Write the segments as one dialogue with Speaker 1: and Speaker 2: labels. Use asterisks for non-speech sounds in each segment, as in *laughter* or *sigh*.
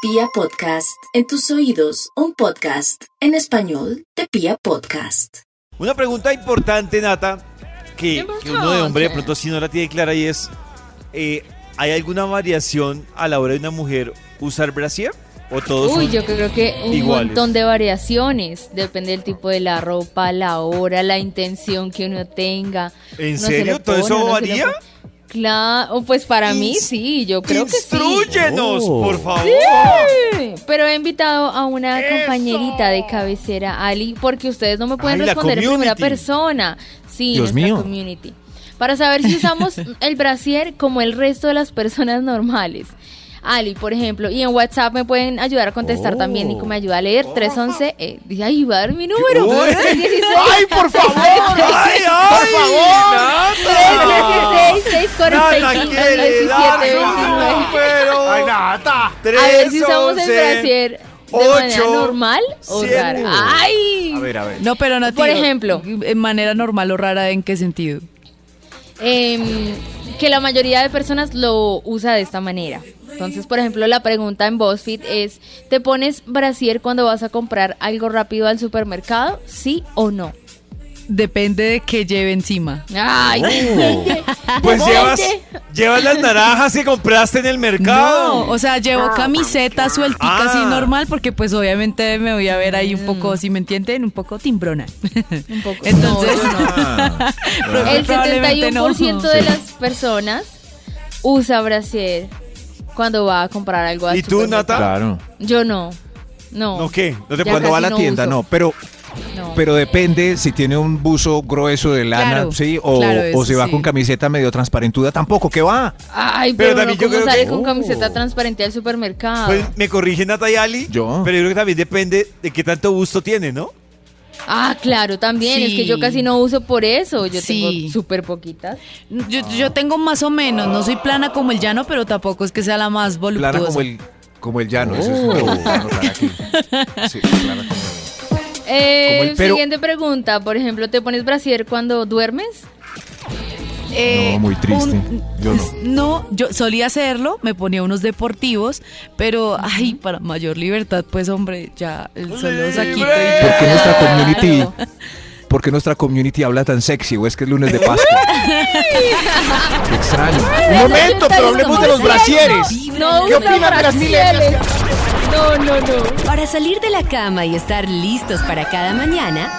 Speaker 1: Pia Podcast, en tus oídos, un podcast en español de Pia Podcast.
Speaker 2: Una pregunta importante, Nata, que, que uno de hombre de pronto si no la tiene clara y es, eh, ¿hay alguna variación a la hora de una mujer usar brasier? ¿O todos
Speaker 3: Uy,
Speaker 2: son
Speaker 3: yo creo que un
Speaker 2: iguales?
Speaker 3: montón de variaciones. Depende del tipo de la ropa, la hora, la intención que uno tenga.
Speaker 2: ¿En
Speaker 3: Uno se
Speaker 2: serio?
Speaker 3: lo
Speaker 2: ¿Todo eso
Speaker 3: uno se lo
Speaker 2: varía?
Speaker 3: pone. Claro, pues para mí
Speaker 2: Ins-
Speaker 3: sí, yo creo que sí.
Speaker 2: ¡Instruyenos,
Speaker 4: Oh.
Speaker 2: por favor!
Speaker 3: Sí, Pero he invitado a una
Speaker 2: ¡Eso!
Speaker 3: compañerita de cabecera, Ali, porque ustedes no me pueden
Speaker 2: Ay, la
Speaker 3: responder en primera
Speaker 2: community.
Speaker 3: persona. Sí,
Speaker 4: Dios
Speaker 3: nuestra
Speaker 4: mío.
Speaker 3: community. Para saber
Speaker 2: *laughs*
Speaker 3: si usamos el brasier como el resto de las personas normales. Ali, por ejemplo, y en WhatsApp me pueden ayudar a contestar
Speaker 4: Oh.
Speaker 3: también. Nico me ayuda a leer
Speaker 2: Oh.
Speaker 3: 311. Eh, dije, ay, va a dar mi número.
Speaker 2: Uy.
Speaker 3: 16.
Speaker 4: ¡Ay, por
Speaker 3: *laughs*
Speaker 4: favor!
Speaker 2: ¡Ay, ay! ¡Por *laughs* favor!
Speaker 3: 316,
Speaker 2: ¡Nata
Speaker 3: 645,
Speaker 2: quiere dar
Speaker 3: 17,
Speaker 2: su
Speaker 3: 29.
Speaker 2: número!
Speaker 4: ¡Ay, nada!
Speaker 3: A ver si usamos el brasier de manera
Speaker 2: ocho,
Speaker 3: normal o
Speaker 2: siete.
Speaker 3: rara. ¡Ay!
Speaker 2: A ver, a ver.
Speaker 5: No, pero Nati,
Speaker 3: Por ejemplo.
Speaker 5: ¿En manera normal o rara en qué sentido?
Speaker 3: Em, que la mayoría de personas lo usa de esta manera. Entonces, por ejemplo, la pregunta en BuzzFeed es, ¿te pones brasier cuando vas a comprar algo rápido al supermercado? ¿Sí o no?
Speaker 5: Depende de qué lleve encima.
Speaker 3: ¡Ay!
Speaker 5: Uh.
Speaker 2: Pues
Speaker 3: Oye.
Speaker 2: llevas, llevas las naranjas que compraste en el mercado.
Speaker 5: No, o sea, llevo
Speaker 3: Ah.
Speaker 5: camiseta sueltica así
Speaker 2: Ah.
Speaker 5: normal porque pues obviamente me voy a ver ahí un
Speaker 3: Mm.
Speaker 5: poco, si me entienden, un poco timbrona. *laughs*
Speaker 3: Un poco.
Speaker 5: Entonces,
Speaker 3: No, yo no.
Speaker 4: Ah,
Speaker 3: El
Speaker 5: Probablemente no.
Speaker 3: 71% de las personas usa brasier cuando va a comprar algo al
Speaker 2: ¿Y tú,
Speaker 3: supermercado.
Speaker 2: Nata?
Speaker 4: Claro.
Speaker 3: Yo no. No.
Speaker 2: ¿No qué? ¿No te
Speaker 3: Ya
Speaker 2: puedo
Speaker 4: Cuando va a
Speaker 3: casi
Speaker 4: la
Speaker 3: no
Speaker 4: tienda,
Speaker 3: uso.
Speaker 4: no, pero,
Speaker 3: No.
Speaker 4: pero depende si tiene un buzo grueso de lana,
Speaker 5: Claro,
Speaker 4: ¿sí? O,
Speaker 5: claro,
Speaker 4: o
Speaker 5: eso
Speaker 4: si va
Speaker 5: sí.
Speaker 4: con camiseta medio transparentuda, tampoco, ¿qué va?
Speaker 3: Ay,
Speaker 2: Pero
Speaker 3: pero, uno
Speaker 2: también yo
Speaker 3: cómo
Speaker 2: creo
Speaker 3: sale
Speaker 2: que- Uh.
Speaker 3: con camiseta
Speaker 4: Oh.
Speaker 3: transparente al supermercado.
Speaker 2: Pues me corrige Nata y Ali.
Speaker 4: Yo.
Speaker 2: Pero yo creo que también depende de qué tanto gusto tiene, ¿no?
Speaker 3: Ah, claro, también.
Speaker 5: Sí.
Speaker 3: Es que yo casi no uso por eso. Yo
Speaker 5: Sí.
Speaker 3: tengo súper poquitas.
Speaker 5: yo, yo tengo más o menos, no soy plana como el llano, pero tampoco es que sea la más voluptuosa.
Speaker 4: Plana como el, como el llano. eso es
Speaker 3: Uh.
Speaker 2: Oh.
Speaker 4: lo bueno para
Speaker 3: *laughs*
Speaker 4: aquí. Sí, plana como el-
Speaker 3: Eh,
Speaker 4: Como el pero-
Speaker 3: Siguiente pregunta. Por ejemplo, ¿te pones brasier cuando duermes?
Speaker 5: Eh,
Speaker 4: No, muy triste. Yo no.
Speaker 5: *laughs* No, yo solía hacerlo, me ponía unos deportivos, pero ay, para mayor libertad, pues hombre, ya el solo saquito y
Speaker 4: ¿Por qué
Speaker 5: ya.
Speaker 4: nuestra community,
Speaker 3: Claro.
Speaker 4: ¿Por qué nuestra community habla tan sexy? ¿O es que es lunes de Pascua? Qué extraño. Un momento, pero hablemos de los brasieres.
Speaker 3: No
Speaker 4: ¿Qué
Speaker 3: uso
Speaker 4: opinan de las
Speaker 3: brasieres. No, no, no.
Speaker 6: Para salir de la cama y estar listos para cada mañana,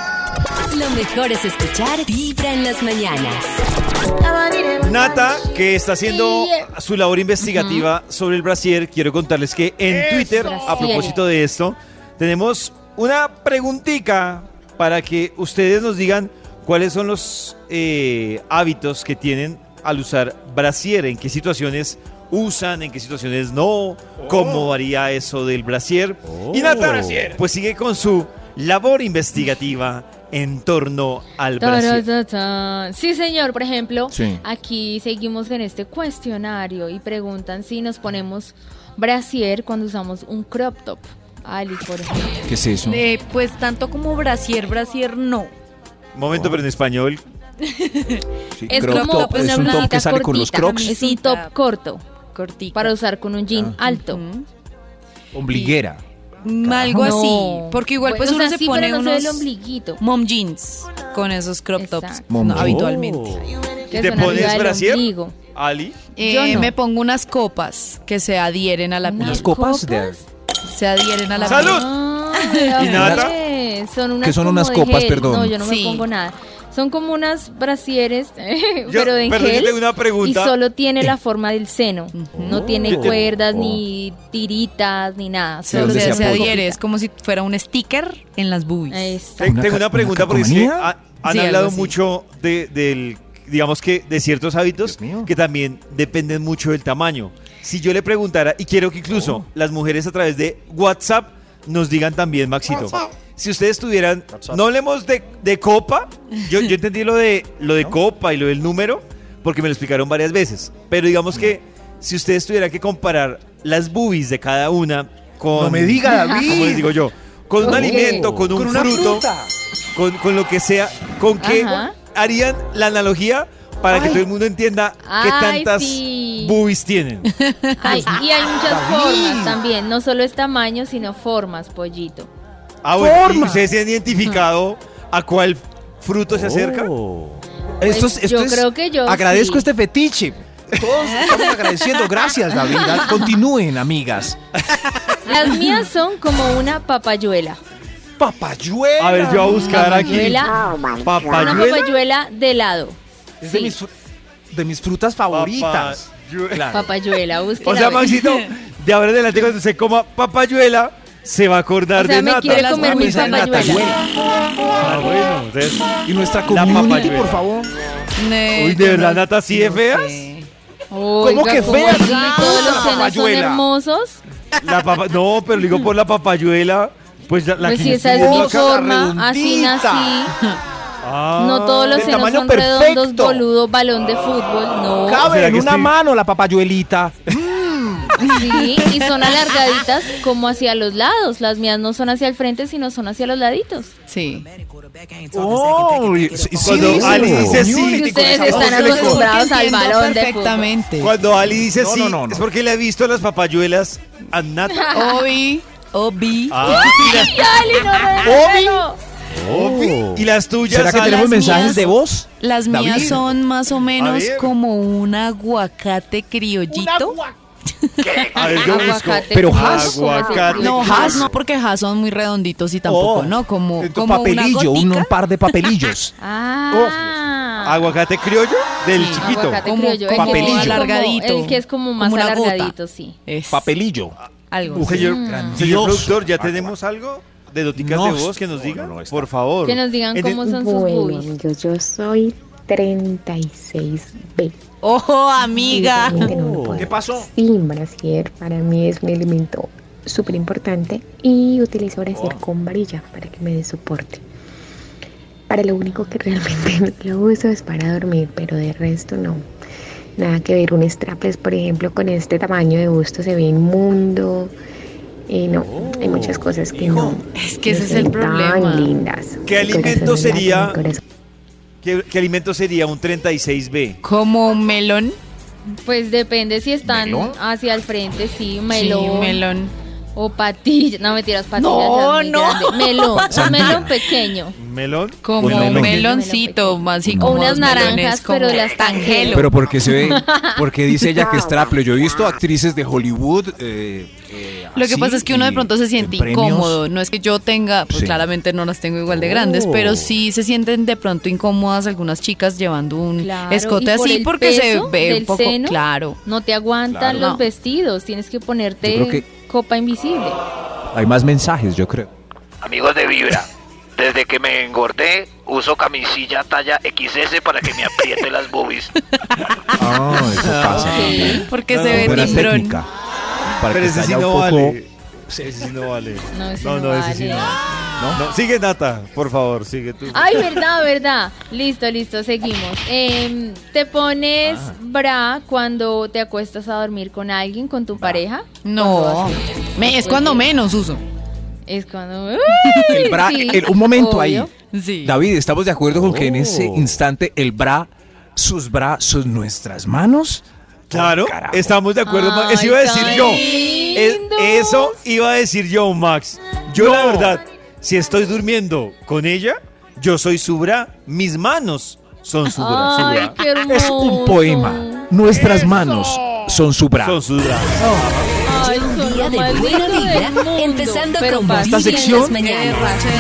Speaker 6: lo mejor es escuchar Vibra en las mañanas.
Speaker 2: Nata, que está haciendo su labor investigativa sobre el brasier, quiero contarles que en Twitter, a propósito de esto, tenemos una preguntica para que ustedes nos digan cuáles son los eh, hábitos que tienen al usar brasier, en qué situaciones usan, en qué situaciones no, cómo varía eso del brasier. Y Nata, pues sigue con su labor investigativa en torno al brasier.
Speaker 3: Tararata. Sí, señor, por ejemplo,
Speaker 4: Sí.
Speaker 3: aquí seguimos en este cuestionario y preguntan si nos ponemos brasier cuando usamos un crop top. Ali, por ejemplo.
Speaker 4: ¿Qué es eso?
Speaker 5: Eh, pues tanto como brasier, brasier no.
Speaker 2: Momento, pero en español,
Speaker 4: Sí,
Speaker 3: Es
Speaker 4: crop
Speaker 3: como
Speaker 4: top, es un top
Speaker 3: blusita
Speaker 4: que sale con los
Speaker 3: pues, cortita,
Speaker 4: crocs.
Speaker 3: Es un top corto
Speaker 5: Cortito.
Speaker 3: para usar con un jean
Speaker 4: Ah,
Speaker 3: alto.
Speaker 4: Ombliguera.
Speaker 5: Algo
Speaker 3: No.
Speaker 5: así. Porque igual pues
Speaker 3: Bueno, o sea,
Speaker 5: uno se
Speaker 3: sí,
Speaker 5: pone
Speaker 3: pero no se ve
Speaker 5: unos
Speaker 3: el ombliguito.
Speaker 5: mom jeans con esos crop tops
Speaker 3: Exacto.
Speaker 4: Mom
Speaker 5: no,
Speaker 4: jeans. Oh.
Speaker 5: habitualmente. Eh,
Speaker 3: que
Speaker 2: ¿Te
Speaker 3: son arriba
Speaker 2: pones
Speaker 3: del
Speaker 2: brasier?
Speaker 3: ombligo.
Speaker 2: Ali.
Speaker 3: Yo no.
Speaker 5: Me pongo unas copas que se adhieren a la
Speaker 3: Unas
Speaker 5: piel.
Speaker 4: Las copas de-
Speaker 5: Se adhieren a la
Speaker 2: ¡Salud!
Speaker 5: piel.
Speaker 3: Ah, mira,
Speaker 2: ¿Y nada?
Speaker 3: pues, Son unas
Speaker 4: son
Speaker 3: como
Speaker 4: unas
Speaker 3: de
Speaker 4: copas,
Speaker 3: gel.
Speaker 4: perdón.
Speaker 3: No, yo no me
Speaker 5: Sí.
Speaker 3: pongo nada. Son como unas brasieres, *laughs* *laughs* pero en
Speaker 2: perdón, yo
Speaker 3: gel.
Speaker 2: tengo una
Speaker 3: y
Speaker 2: pregunta.
Speaker 3: solo tiene la forma del seno. No tiene
Speaker 2: Oh.
Speaker 3: cuerdas, ni tiritas, ni nada.
Speaker 4: Sí,
Speaker 5: o
Speaker 3: solo
Speaker 4: ¿dónde
Speaker 5: sea,
Speaker 4: se
Speaker 5: se
Speaker 4: apoya?
Speaker 5: adhiere, es como si fuera un sticker en las boobies.
Speaker 3: Exacto.
Speaker 2: Te-
Speaker 4: ¿Una
Speaker 2: tengo
Speaker 4: ca-
Speaker 2: una pregunta
Speaker 4: una
Speaker 2: porque es que
Speaker 4: calcomanía?
Speaker 2: ha- han
Speaker 5: Sí, algo
Speaker 2: hablado
Speaker 5: así.
Speaker 2: mucho de, del, digamos que de ciertos hábitos
Speaker 4: Dios mío.
Speaker 2: que también dependen mucho del tamaño. Si yo le preguntara, y quiero que incluso
Speaker 4: Oh.
Speaker 2: las mujeres a través de WhatsApp nos digan también, Maxito, si ustedes tuvieran, no hablemos de, de copa, yo,
Speaker 5: *laughs*
Speaker 2: yo entendí lo de, lo de copa y lo del número, porque me lo explicaron varias veces, pero digamos que si ustedes tuvieran que comparar las boobies de cada una con...
Speaker 4: No me diga,
Speaker 2: *laughs* ¿Cómo les digo yo? Con un
Speaker 3: Ok.
Speaker 2: alimento, con un fruto, con, con lo que sea, con qué
Speaker 3: Ajá.
Speaker 2: harían la analogía para que todo el mundo entienda qué
Speaker 3: Ay,
Speaker 2: tantas
Speaker 3: sí.
Speaker 2: boobies tienen.
Speaker 3: Ay, y hay muchas formas también, no solo es tamaño, sino formas, pollito.
Speaker 2: Ah, bueno, ¿y ¿ustedes se han identificado a cuál fruto se acerca?
Speaker 4: Oh. Esto
Speaker 3: Pues, yo creo que yo
Speaker 4: Agradezco
Speaker 3: sí.
Speaker 4: este fetiche. Todos estamos agradeciendo. Gracias, David. Ah, Continúen, amigas.
Speaker 3: Las mías son como una papayuela.
Speaker 4: Papayuela.
Speaker 2: A ver, yo voy a buscar aquí.
Speaker 3: Papayuela, una
Speaker 2: Papayuela.
Speaker 3: papayuela de helado.
Speaker 4: Es de
Speaker 3: Sí,
Speaker 4: mis, fru- de mis frutas favoritas.
Speaker 2: Papayuela.
Speaker 4: Claro.
Speaker 3: papayuela, búsquela.
Speaker 2: O sea,
Speaker 3: a ver.
Speaker 2: Maxito, de ahora en adelante cuando se coma papayuela, se va a acordar
Speaker 3: O sea,
Speaker 2: de
Speaker 3: me
Speaker 2: nata.
Speaker 3: quiere
Speaker 5: Las
Speaker 3: comer mi
Speaker 5: mamis en nata,
Speaker 3: papayuela.
Speaker 4: güey.
Speaker 2: Ah, bueno, entonces-
Speaker 4: Y nuestra
Speaker 2: La
Speaker 4: community,
Speaker 2: papayuela.
Speaker 4: por favor.
Speaker 2: Uy, ¿de verdad, Nata, sí de feas?
Speaker 3: Oiga,
Speaker 4: que
Speaker 3: ¿cómo
Speaker 4: fea?
Speaker 3: así?
Speaker 4: Ah,
Speaker 3: Todos los senos son
Speaker 4: papayuela.
Speaker 3: hermosos.
Speaker 2: La papa- no, pero digo por la papayuela, pues la, la
Speaker 3: Pues
Speaker 2: que
Speaker 3: si
Speaker 2: yo
Speaker 3: esa es
Speaker 2: estuve
Speaker 3: mi
Speaker 2: acá.
Speaker 3: forma, así
Speaker 4: redondita.
Speaker 3: nací.
Speaker 2: Ah.
Speaker 3: No todos los
Speaker 4: de
Speaker 3: senos
Speaker 4: tamaño
Speaker 3: son redondos,
Speaker 4: perfecto.
Speaker 3: boludo, balón de fútbol, no.
Speaker 4: Cabe
Speaker 2: ¿Será
Speaker 4: en
Speaker 2: que
Speaker 4: una
Speaker 2: estoy-
Speaker 4: mano la papayuelita.
Speaker 3: Sí, y son alargaditas como hacia los lados. Las mías no son hacia el frente, sino son hacia los laditos.
Speaker 5: Sí.
Speaker 4: Oh, y- sí,
Speaker 2: Cuando
Speaker 4: sí,
Speaker 2: Ali
Speaker 4: sí.
Speaker 2: dice sí,
Speaker 3: Y
Speaker 2: con
Speaker 3: ustedes
Speaker 2: esa
Speaker 3: están
Speaker 2: voz que le
Speaker 3: acostumbrados. acostumbrados al
Speaker 5: Entiendo
Speaker 3: balón de
Speaker 5: perfectamente.
Speaker 2: Cuando Ali dice
Speaker 4: No,
Speaker 2: sí,
Speaker 4: no, no, no.
Speaker 2: es porque le ha visto las papayuelas a
Speaker 3: *laughs*
Speaker 2: Nata.
Speaker 5: Obi, Obi.
Speaker 2: Ah, y las-
Speaker 3: ¡Dale, no me
Speaker 4: Obi.
Speaker 2: Obi. Y las tuyas,
Speaker 4: ¿Será que
Speaker 2: Ali?
Speaker 4: tenemos
Speaker 5: Las
Speaker 4: mensajes
Speaker 5: mías-
Speaker 4: de voz?
Speaker 5: Las
Speaker 4: David.
Speaker 5: mías son más o menos
Speaker 2: ver.
Speaker 5: como un aguacate criollito.
Speaker 2: A ver, yo busco.
Speaker 3: Aguacate.
Speaker 4: Pero has.
Speaker 2: Aguacate.
Speaker 5: No, has no, porque has son muy redonditos y tampoco,
Speaker 4: Oh,
Speaker 5: ¿no? Como,
Speaker 4: entonces,
Speaker 5: como
Speaker 4: papelillo, un,
Speaker 5: una
Speaker 4: un
Speaker 5: gotica.
Speaker 4: par de papelillos.
Speaker 3: Ah.
Speaker 2: ¿Aguacate criollo? Del chiquito.
Speaker 3: Aguacate
Speaker 5: Como-
Speaker 3: criollo, el
Speaker 5: como
Speaker 3: que es
Speaker 4: papelillo.
Speaker 3: como-
Speaker 5: alargadito.
Speaker 3: el que es como
Speaker 5: Como
Speaker 3: más
Speaker 5: una gota.
Speaker 3: alargadito, sí.
Speaker 5: Es
Speaker 4: Papelillo.
Speaker 5: algo.
Speaker 4: Ujú.
Speaker 5: así.
Speaker 2: Señor,
Speaker 4: Mm.
Speaker 2: señor
Speaker 4: Dios.
Speaker 2: productor, ¿ya tenemos algo de noticas
Speaker 4: No,
Speaker 2: de voz que nos
Speaker 4: no,
Speaker 2: digan?
Speaker 4: no, no está.
Speaker 2: Por favor.
Speaker 3: Que nos digan
Speaker 2: Ente-
Speaker 3: cómo son sus
Speaker 7: Bueno,
Speaker 3: boobies.
Speaker 7: amigos, yo soy 36B.
Speaker 5: Ojo, amiga.
Speaker 7: Obviamente no
Speaker 2: Oh.
Speaker 7: lo puedo
Speaker 4: ¿Qué pasó?
Speaker 7: Sí, brasier para mí es un elemento súper importante y utilizo
Speaker 2: Oh.
Speaker 7: brasier con varilla para que me dé soporte. Para lo único que realmente *laughs* lo uso es para dormir, pero de resto no. Nada que ver, un strapless, por ejemplo, con este tamaño de busto se ve inmundo. Y no, hay
Speaker 2: Oh,
Speaker 7: muchas cosas que no.
Speaker 5: Es que ese
Speaker 7: no
Speaker 5: es
Speaker 7: se
Speaker 5: el
Speaker 7: ven tan
Speaker 5: problema.
Speaker 7: lindas.
Speaker 2: ¿Qué
Speaker 7: Mi corazón
Speaker 2: alimento
Speaker 7: late, mi
Speaker 2: sería-
Speaker 7: corazón
Speaker 2: ¿Qué, qué alimento sería un 36B?
Speaker 5: Como un melón.
Speaker 3: Pues depende si están
Speaker 4: ¿Melón?
Speaker 3: hacia el frente, sí,
Speaker 5: Sí,
Speaker 3: melón.
Speaker 5: un melón.
Speaker 3: O patillas. No, mentiras, patillas. ya
Speaker 5: No,
Speaker 3: es muy
Speaker 5: no.
Speaker 3: grande.
Speaker 5: *laughs*
Speaker 3: Melón, un
Speaker 4: Sandía.
Speaker 3: melón pequeño.
Speaker 2: ¿Melón?
Speaker 5: Como
Speaker 4: Un
Speaker 5: un
Speaker 4: melón.
Speaker 5: meloncito, así
Speaker 3: O
Speaker 5: como
Speaker 3: unas
Speaker 5: los melones,
Speaker 3: naranjas,
Speaker 5: como
Speaker 3: pero las
Speaker 5: tangelo.
Speaker 4: Pero porque se
Speaker 5: *laughs*
Speaker 4: ve, porque dice ella que es traplo. Yo he visto actrices de Hollywood. eh, eh,
Speaker 5: Lo que
Speaker 4: así,
Speaker 5: pasa es que uno de
Speaker 4: y
Speaker 5: pronto se
Speaker 4: en
Speaker 5: siente
Speaker 4: premios.
Speaker 5: incómodo. No es que yo tenga, pues
Speaker 4: Sí. Oh.
Speaker 5: claramente no las tengo igual de grandes, pero sí se sienten de pronto incómodas algunas chicas llevando un
Speaker 3: Claro,
Speaker 5: escote
Speaker 3: y por
Speaker 5: así
Speaker 3: el
Speaker 5: porque se
Speaker 3: peso
Speaker 5: ve
Speaker 3: del
Speaker 5: un poco
Speaker 3: seno,
Speaker 5: claro.
Speaker 3: No te aguantan
Speaker 4: Claro.
Speaker 3: los
Speaker 5: No.
Speaker 3: vestidos. Tienes que ponerte
Speaker 4: Yo creo
Speaker 3: copa invisible.
Speaker 4: Hay más mensajes, yo creo.
Speaker 8: Amigos de Vibra, desde que me engordé, uso camisilla talla XS para que me apriete las boobies.
Speaker 4: Ah, eso pasa también.
Speaker 5: Porque se ve
Speaker 4: Buena
Speaker 5: timbrón.
Speaker 4: técnica. Para
Speaker 2: Pero
Speaker 4: que
Speaker 2: ese
Speaker 4: se
Speaker 2: sí
Speaker 4: haya
Speaker 2: no
Speaker 4: un poco.
Speaker 2: vale. Ese sí no vale.
Speaker 3: No, ese
Speaker 2: no,
Speaker 3: no
Speaker 2: ese sí
Speaker 3: vale. Ah.
Speaker 2: no. No, Sigue Nata, por favor, sigue tú.
Speaker 3: Ay, verdad, verdad. Listo, listo, seguimos. Em, ¿Te pones
Speaker 4: Ah.
Speaker 3: bra cuando te acuestas a dormir con alguien, con tu pareja?
Speaker 5: No, me- es cuando menos uso.
Speaker 3: Es
Speaker 4: *laughs*
Speaker 3: cuando...
Speaker 4: El bra-
Speaker 3: Sí,
Speaker 4: el- un momento
Speaker 3: obvio.
Speaker 4: ahí.
Speaker 5: Sí.
Speaker 4: David, estamos de acuerdo con que en ese
Speaker 2: Oh.
Speaker 4: instante el bra, sus bra, son nuestras manos.
Speaker 2: Claro,
Speaker 4: Oh, carajo.
Speaker 2: estamos de acuerdo. Max. eso
Speaker 3: Ay,
Speaker 2: iba a decir
Speaker 3: tan
Speaker 2: yo. Es-
Speaker 3: lindos.
Speaker 2: eso iba a decir yo, Max. Yo, la verdad, si estoy durmiendo con ella, yo soy su bra. Mis manos son su bra. su
Speaker 3: Ay,
Speaker 2: bra.
Speaker 3: qué hermoso.
Speaker 4: Es un poema. Nuestras manos son su bra.
Speaker 2: Son sus bra.
Speaker 3: Ay,
Speaker 6: Lleva
Speaker 3: son
Speaker 6: un día
Speaker 3: lo
Speaker 6: de
Speaker 3: más
Speaker 6: buena
Speaker 3: lindo
Speaker 6: vibra,
Speaker 3: del mundo.
Speaker 6: empezando
Speaker 3: Pero
Speaker 6: con
Speaker 3: para
Speaker 6: Vibra
Speaker 4: Esta
Speaker 6: en las
Speaker 4: sección,
Speaker 6: mañanas.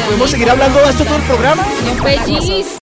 Speaker 4: ¿Podemos seguir hablando de esto todo el programa?
Speaker 3: Son bellísimos.